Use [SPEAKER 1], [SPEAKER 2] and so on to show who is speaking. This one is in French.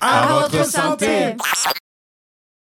[SPEAKER 1] À votre santé